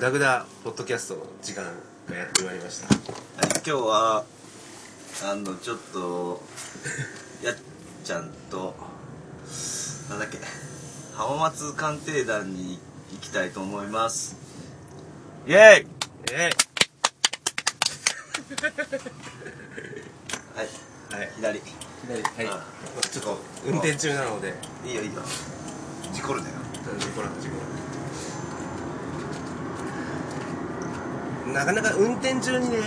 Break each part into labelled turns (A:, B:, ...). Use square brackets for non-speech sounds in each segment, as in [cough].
A: ダグダポッドキャストの時間がやってまいりました
B: はい今日はあのちょっと [laughs] やっちゃんとなんだっけ浜松鑑定団に行きたいと思いますイエーイ
A: え
B: はい
A: えはい
B: 左
A: はい
B: あ
A: ちょっと運転中なので
B: いいよいいよ事故るなよ
A: 事故らん事故らんなかなか運転中にね、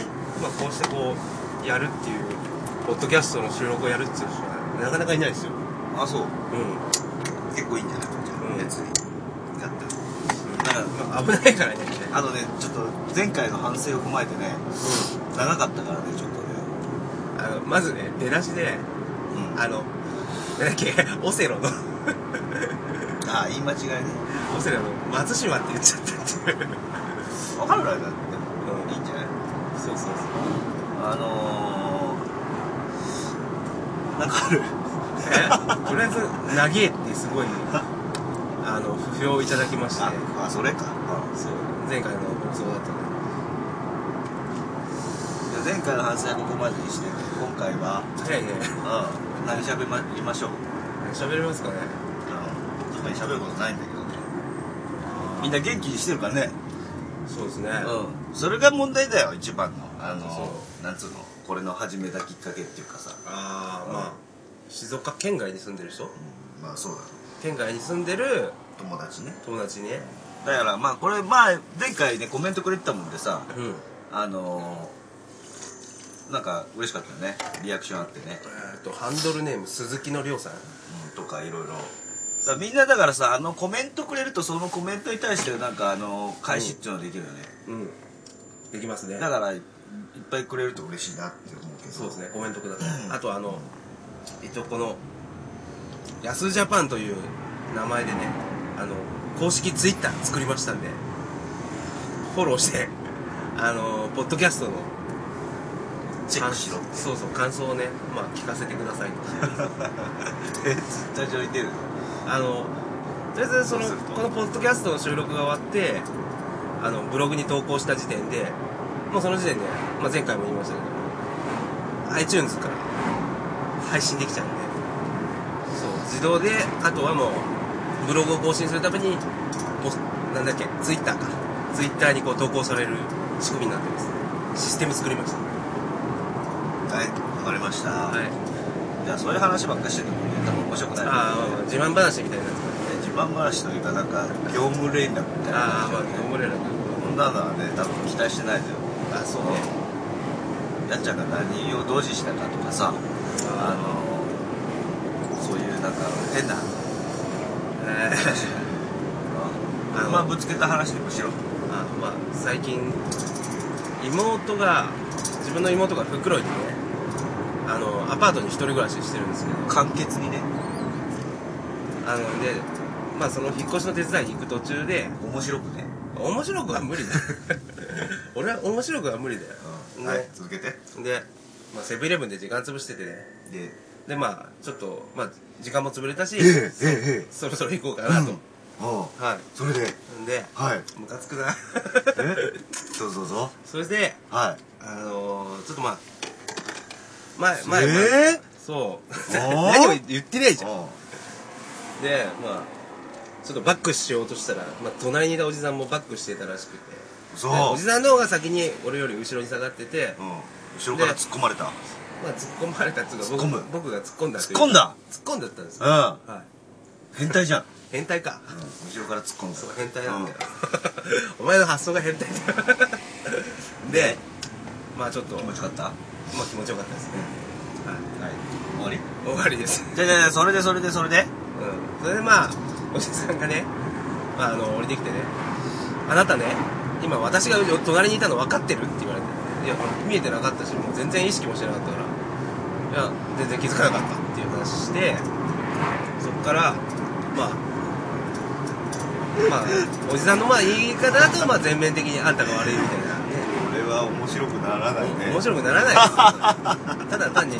A: まあ、こうしてこうやるっていうポッドキャストの収録をやるっていう人はなかなかいないですよ
B: あそう
A: う
B: 結構いいんじゃない
A: うん
B: 別にやって
A: ん
B: だから
A: まあ、危ないからね
B: あのねちょっと前回の反省を踏まえてね長かったからねちょっとね
A: あのまずね出だしで
B: うん
A: あのなんだっけオセロの
B: あ言い間違いね
A: オセロの松島って言っちゃったっていう
B: 分かるからだって
A: うん
B: いいんじゃない
A: そうそうそう
B: あのー、なんかある
A: えとりあえず「長え」ってすごいあの不評いただきまして
B: あ、あそれかあ
A: そう前回の放送だったの
B: じゃあ前回の反省はここまでにして今回は
A: 早いね
B: うん何しゃべりましょう
A: 喋れますかね
B: うん特にしゃべることないんだけどねみんな元気にしてるからね
A: そうですね
B: うんそれが問題だよ一番のあ
A: そ
B: のなんつうのこれの始めたきっかけっていうかさ
A: ああまあ静岡県外に住んでる人
B: うんまあそうだ
A: 県外に住んでる
B: 友達ね
A: 友達ね
B: だからまあこれ前前回ねコメントくれてたもんでさ
A: うん
B: あのー、なんか嬉しかったよねリアクションあってね
A: え、ーとハンドルネーム鈴木のりょうさん
B: うん、とかいろいろさみんなだからさあのコメントくれるとそのコメントに対してなんかあのー返しっていうのができるよね、
A: うんできますね
B: だからいっぱいくれると嬉しいなって思うけど
A: そうです
B: ね
A: ねコメントくださ
B: う
A: い
B: ん
A: あとあの一応この「ヤスジャパン」という名前でねあの公式ツイッター作りましたんでフォローしてあのポッドキャストの
B: チェックしろ
A: 感そうそう感想をねまあ聞かせてください
B: えツイッター上に出るの
A: あのとりあえずその
B: そうすると
A: このポッドキャストの収録が終わってあのブログに投稿した時点でもうその時点で、まあ、前回も言いましたけど iTunes から配信できちゃうんでそう自動であとはもうブログを更新するためにポスなんだっけ Twitter か Twitter にこう投稿される仕組みになってますシステム作りました
B: はいわかりました、
A: はい
B: じゃあそういう話ばっかりしててもね多分面白くない
A: あーまあまあ自慢話みたいなやつだね
B: ね自慢話というかなんか業務連絡みたいな
A: ああ
B: 感
A: まあ
B: じだよね
A: 俺らが
B: こんなのはね多分期待してないでよ
A: あそうね
B: やっちゃんが何を同時したかとかさあのそういうなんか変な
A: えー
B: あのまあぶつけた話でもしろ
A: あまあ最近妹が自分の妹が袋井にねあのアパートに一人暮らししてるんですけど
B: 簡潔にね
A: あのでまあその引っ越しの手伝いに行く途中で
B: 面白くね、
A: 面白くは無理だ
B: [laughs]
A: 俺は面白くは無理だよね
B: はい続けて
A: で、まあ、セブンイレブンで時間潰しててね
B: で
A: でまあちょっと、まあ、時間も潰れたし
B: え
A: そろそろ行こうかなと、
B: うんあ
A: は
B: それで
A: いんで
B: はい
A: ムカつくな
B: どうぞどうぞ
A: それで
B: はい
A: あのー、ちょっとまあ前前
B: え
A: 前、
B: ー
A: そう
B: お
A: [laughs]
B: ー
A: 何も言ってねえじゃん
B: あ
A: でまあちょっとバックしようとしたら、まあ、隣にいたおじさんもバックしてたらしくて
B: そ
A: でお
B: う
A: じさんの方が先に俺より後ろに下がってて、
B: うん後ろから突っ込まれた
A: まあ、突っ込まれたっていうか
B: 突っ込む
A: 僕僕が突っ込んだっていう
B: 突っ込んだ
A: 突っ込んだったんですよ、
B: うん
A: はい、
B: 変態じゃん
A: 変態か
B: 後ろから突っ込んだ
A: そう変態なんだよ [laughs]
B: う、
A: お前の発想が変態だでまあちょっと、
B: 気
A: まあ、
B: 持ちよかったは
A: 気持ちよかったですね、
B: い終わ
A: は
B: り
A: い、終わりです
B: じゃあじゃあじゃあそれでそれでそれで
A: うんそれでまあおじさんがね、まあ、あの降りてきてね「あなたね今私が隣にいたの分かってる?」って言われて「いや見えてなかったしもう全然意識もしてなかったからいや全然気づかなかった」っていう話してそっからまあまあおじさんのまあ言い方だとまあ全面的にあんたが悪いみたいなね
B: これは面白くならないね
A: 面白くならないですただ単に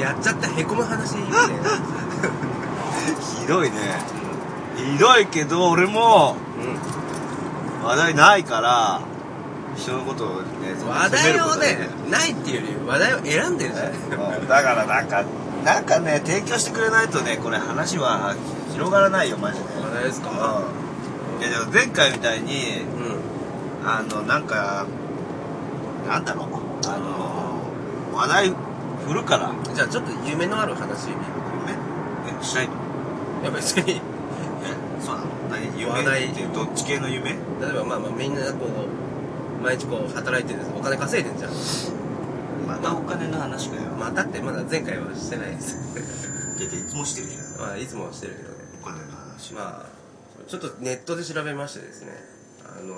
A: やっちゃったへこむ話みたいな
B: ひどいねひどいけど俺も
A: うんうん
B: 話題ないから人のことをねそんな
A: 話
B: 責
A: 題
B: めるこ
A: を
B: と
A: ねないっていうより話題を選んでるじゃん
B: うんだからなんかなんかね提供してくれないとねこれ話は広がらないよマジで
A: 話題ですか
B: うんいやでも前回みたいに
A: うん
B: あのなんかなんだろうあの話題振るから
A: じゃあちょっと夢のある話
B: 夢えしないの
A: いや別に
B: えそうなの何
A: 話題
B: 夢ってどっち系の夢
A: 例えばまあまあみんなこう毎日こう働いてるお金稼いでんじゃん
B: またお金の話かよ
A: またってまだ前回はしてないです [laughs]
B: いやいやいつもしてるじゃん
A: まあいつもしてるけどね
B: お金の話
A: まあちょっとネットで調べましてですねあの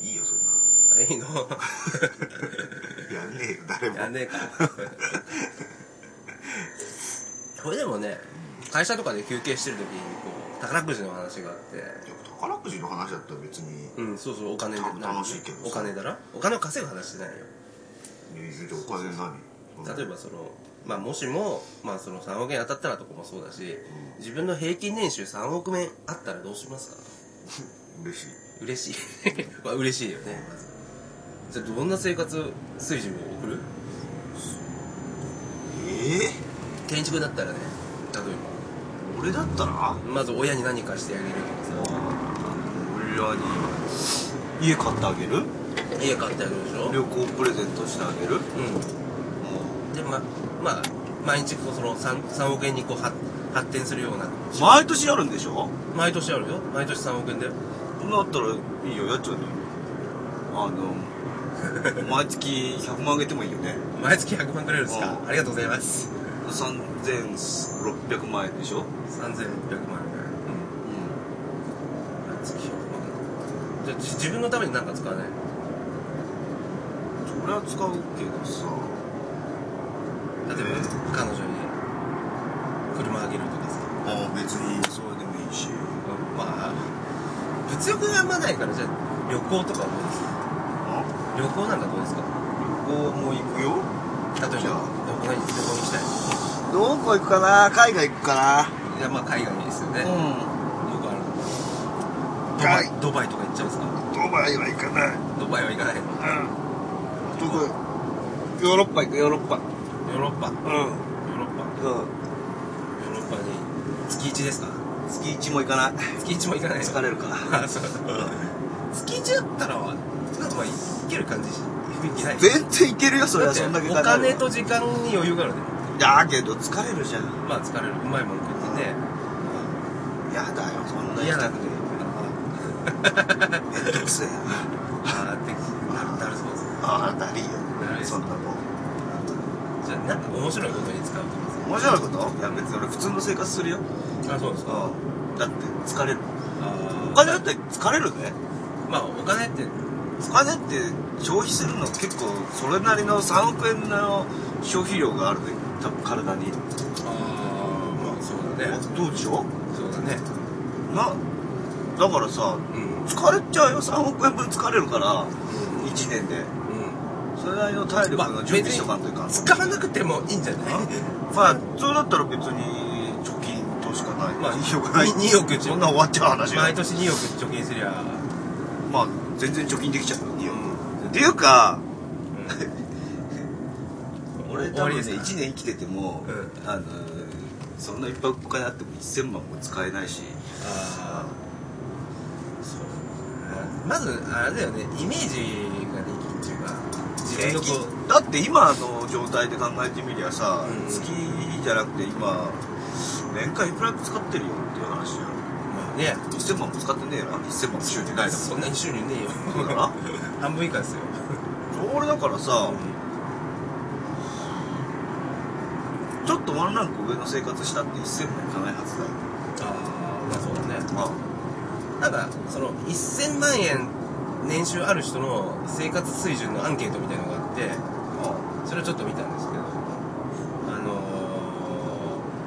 B: いいよそんな
A: あれいいの [laughs]
B: やんねえよ誰も
A: やんねえかこれでもね会社とかで休憩してる時にこう宝くじの話があって
B: いや宝くじの話だったら別に
A: うんそうそうお金で
B: た楽しいけどさ
A: お金だらお金を稼ぐ話じゃないよ
B: いやいやお金何
A: 例えばその、まあ、もしも、まあ、その3億円当たったらとかもそうだし自分の平均年収3億円あったらどうしますか
B: 嬉しい
A: 嬉しい [laughs] まあ嬉しいよねまずじゃあどんな生活水準を送る
B: ええ
A: 建築だったらね例え
B: 俺だったら
A: ばまず親に何かしてあげるとか
B: 俺らに家買ってあげる
A: さ家買ってあげるでしょ
B: 旅行プレゼントしてあげる
A: う
B: も
A: んでままあ毎日こうその 3, 3億円にこう発発展するような
B: う毎年やるんでしょ
A: 毎年あるよ毎年3億円だよ
B: だったらいいよやっちゃうねあ [laughs] の毎月100万あげてもいいよね
A: 毎月100万くれるんですか
B: う
A: ありがとうございます
B: 3600万円でしょ
A: 3600万円
B: うん
A: 毎月100万じゃあじ自分のために何か使わない
B: それは使うけどさ
A: 例えば彼女に車あげるとかさ
B: ああ別にそれでもいいし
A: まあ物欲があんまないからじゃあ旅行とかはどうですか
B: あ
A: 旅行なんかどうですか
B: 旅行も行くよ
A: 例えばどこ
B: じゃあ
A: に旅行に行きたい
B: どこ行くかな海外行くか
A: いやまあ海外ですよね、よ
B: なん
A: くあるドバ
B: 海
A: イドバイとか行っちゃうんですか
B: ドバイは行かない
A: ドバイは行かないのヨ
B: うんどこヨーロッパ行くヨーロッパ
A: ーロッパヨ
B: う
A: ーロッパヨー
B: んうん
A: ロッパに月1ですか
B: 月1も行かない
A: 月1も行かないの
B: 疲れるから
A: あそう月1だったらなんかまあいける感じし雰囲気ない
B: 全然行けるよそれ
A: だ
B: は
A: って
B: そんだけ
A: お金と時間に余裕があるね
B: だけど疲れるじゃん
A: まあ疲れるうまいもん食ってね
B: やだよそんな
A: 嫌
B: 行き
A: な
B: た
A: ん
B: く
A: で
B: ねえめんどくせえな
A: あーってなるなるそうです
B: ああだりよ
A: だり
B: そんなもん
A: じゃあなんか面白いことに使うと
B: 面白いこといや別に俺普通の生活するよ
A: かあそうです
B: うんだって疲れる
A: あ
B: お金だって疲れるね
A: まあお金って
B: お金って消費するの結構それなりの3億円の消費量があるね多分体に
A: ああまあそうだね
B: どうでしょ
A: そうだね
B: うなだからさ
A: うん
B: 疲れちゃうよ3億円分疲れるから1年で
A: うん
B: それなりの体力の準備しとかんといかん
A: 使わなくてもいいんじゃ [laughs] ない
B: まあそれだったら別に貯金としかない
A: まあ
B: しょうがない
A: に2億
B: そんな終わっちゃう話
A: 毎年2億貯金すりゃ
B: まあ全然貯金できちゃう2億
A: う
B: っていうか
A: ん
B: 俺
A: 終
B: 多
A: わり
B: 分
A: で
B: ね
A: す
B: 1
A: か
B: 年生きてても、
A: う
B: あのーそんないっぱいお金あっても1000万も使えないし
A: ああそうまずあれだよねイメージができるっていうか自分のこう
B: だって今の状態で考えてみりゃさ、
A: うん
B: 月じゃなくて今年間いくら使ってるよっていう話じゃん
A: まあね
B: 1000万も使ってねえよな1000万も収入ないだもん
A: そんなに収入ねえよ
B: そうだな
A: [laughs] 半分以下ですよ
B: 俺だからさ、
A: う
B: ちょっとワンランク上の生活したって1000万いかないはずだよ
A: ああまあそうだね
B: まあ
A: なんかその1000万円年収ある人の生活水準のアンケートみたいのがあって
B: あ
A: それをちょっと見たんですけどあの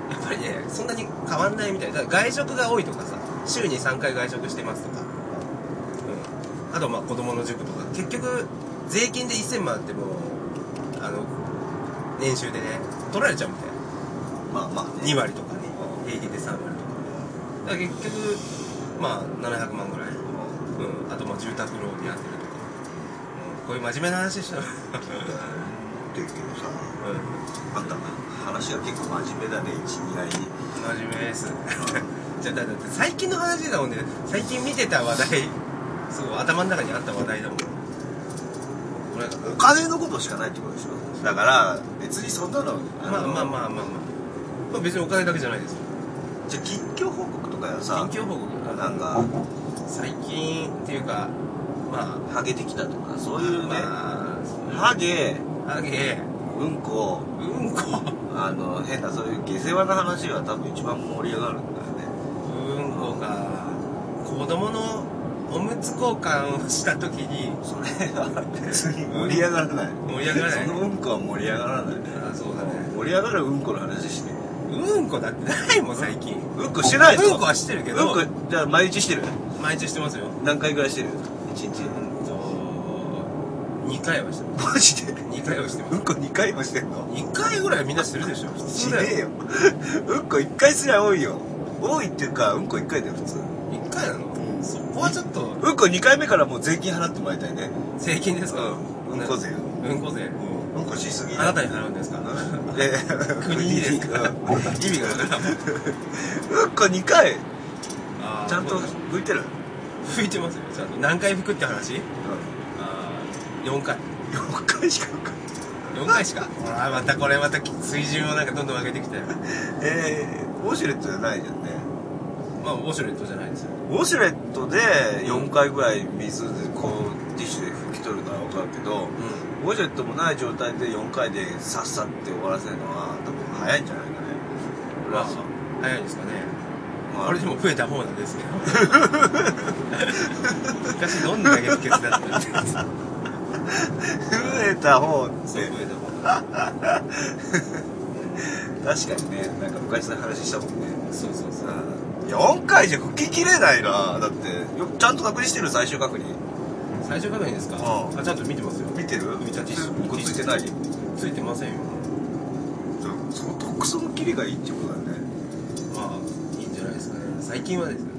A: ー、やっぱりねそんなに変わんないみたいだから外食が多いとかさ週に3回外食してますとか、うん、あとまあ子供の塾とか結局税金で1000万あってもあの年収でね取られちゃうみたいな
B: まあまあね
A: 2割とかね平均で3割とかだから結局まあ700万ぐらい
B: うん
A: うん、あとまあ住宅ローンにあってるとか、うん、こういう真面目な話でしたうん
B: っていうけどさあんた話が結構真面目だね12割に
A: 真面目です [laughs] じゃあだだって最近の話だもんね最近見てた話題そう頭の中にあった話題だもん俺が
B: お金のことしかないってことでしょだから別にそんなのあの
A: まあまあまあまあまあ、まあ、別にお金だけじゃないですよ
B: じゃあ近況報告とかやさ
A: 近況報告
B: なんか
A: 最近っていうかま
B: ハゲてきたとか
A: あ
B: そういうね、
A: ま
B: ハゲ
A: あハゲ
B: うんこ
A: うんこ
B: あの変なそういう下世話な話が多分一番盛り上がるんだよね
A: うんこが子供のおむつ交換をした時に
B: それは別に盛り上がらない
A: 盛り上がらない
B: そのうんこは盛り上がらない
A: あそうだね
B: 盛り上がるうんこの話して
A: うんこだってないもん最近
B: うんこしてないでしょ
A: うんこはしてるけど
B: うんこじゃあ毎日してる
A: 毎日してますよ
B: 何回ぐらいしてる一日
A: 2回はしてま
B: マジです
A: 2回はしてま
B: う
A: す
B: んこ2回もしてんの
A: 2回ぐらいみんなしてるでしょ普
B: し
A: 通
B: ね
A: だ
B: え
A: よ
B: ようんこ1回すりゃ多いよ多いっていうかうんこ1回だよ普通
A: 1回なのそこはちょっと
B: うんこ2回目からもう税金払ってもらいたいね
A: 税金ですか
B: うんこ税
A: うんこ税
B: うんこしすぎ
A: あなたに払うんですか
B: え
A: 国にです
B: [laughs]
A: か意味がわからん
B: うんこ2回
A: あー
B: ちゃんと
A: そうだ
B: 拭いてる
A: 拭いてますよちゃんと何回拭くって話
B: う
A: あ4回
B: ん4回しか拭かない
A: 4回しかほらまたこれまた水準をなんかどんどん上げてきたよ
B: えー、ウォシュレットじゃないじゃんね
A: まあウォシュレットじゃないですよ
B: ウォシュレットで4回ぐらい水でこうティッシュで拭き取るのは分かるけど
A: う
B: ウォシュレットもない状態で4回でさっさって終わらせるのは多分早いんじゃないかね
A: んまあ早いですかね
B: ま
A: これでも増えた方なんですけど昔どんだけ不潔だったんですか
B: 増えた方って
A: そう増えた方
B: 確かにねなんか昔の話したもんね
A: そうそうそう
B: 4回じゃ拭ききれないなだってよちゃんと確認してる最終確認
A: 最初確認ですか
B: うん
A: あちゃんと見てますよ
B: 見てる
A: 見たティッシュ
B: うんこついてない
A: ついてませんよ
B: その特殊のキリがいいってことだよね
A: まあいいんじゃないですかね最近はですね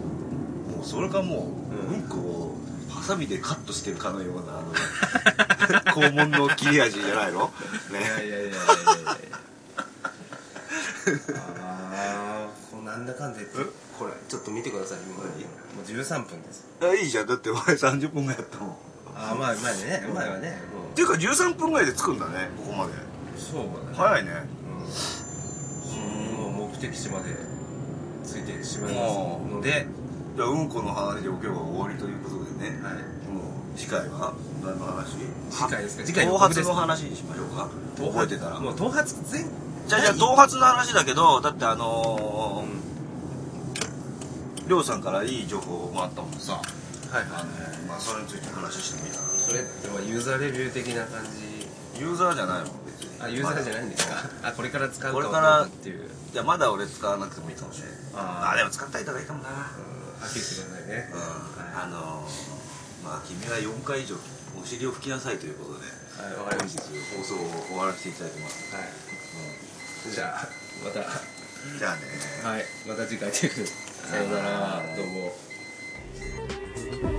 B: もうそれかもう、
A: う
B: うんんこをハサミでカットしてるかの [laughs] ようなあの肛門の切れ味じゃないの
A: いや
B: ね
A: いやいやいやいやいやあーこうなんだかんだ言ってほらちょっと見てくださいもうもう13分です
B: あいいじゃんだって前30分ぐらいやったもんっ
A: ああまあ前ね前はねも
B: ていうか13分ぐらいで着くんだねここまで
A: うそうだね、
B: 早いね
A: うん、もう目的地までついてしまいますので、はい、
B: じゃあうんこの話でお今日は終わりということでね、もう次回は何の話
A: 次回ですか次回
B: 頭
A: 予告で
B: 髪
A: す
B: の話にしましょうか
A: 頭
B: 覚えてたら
A: もう頭髪全
B: じゃあじゃあ頭髪の話だけどだってあのー、りょうさんからいい情報をもらったもんさ
A: はいは
B: あ
A: い
B: のまあそれについて話してもいいかな
A: それってまあユーザーレビュー的な感じ
B: ユーザーじゃないの別に
A: あユーザーじゃ
B: い
A: ないんですかあこれから使うか
B: これから
A: っていう
B: いやまだ俺使わなくてもいいかもしれない
A: あー
B: あでも使ったりとかいいかもなうん
A: はっきりしてくださいね
B: あのー、まあ君は4回以上お尻を拭きなさいということで
A: はいわかり
B: 本
A: まし
B: 日
A: た
B: 放送を終わらせていただきます、
A: はいじゃあまた
B: じゃあね
A: はいまた次回ということでさようならどうも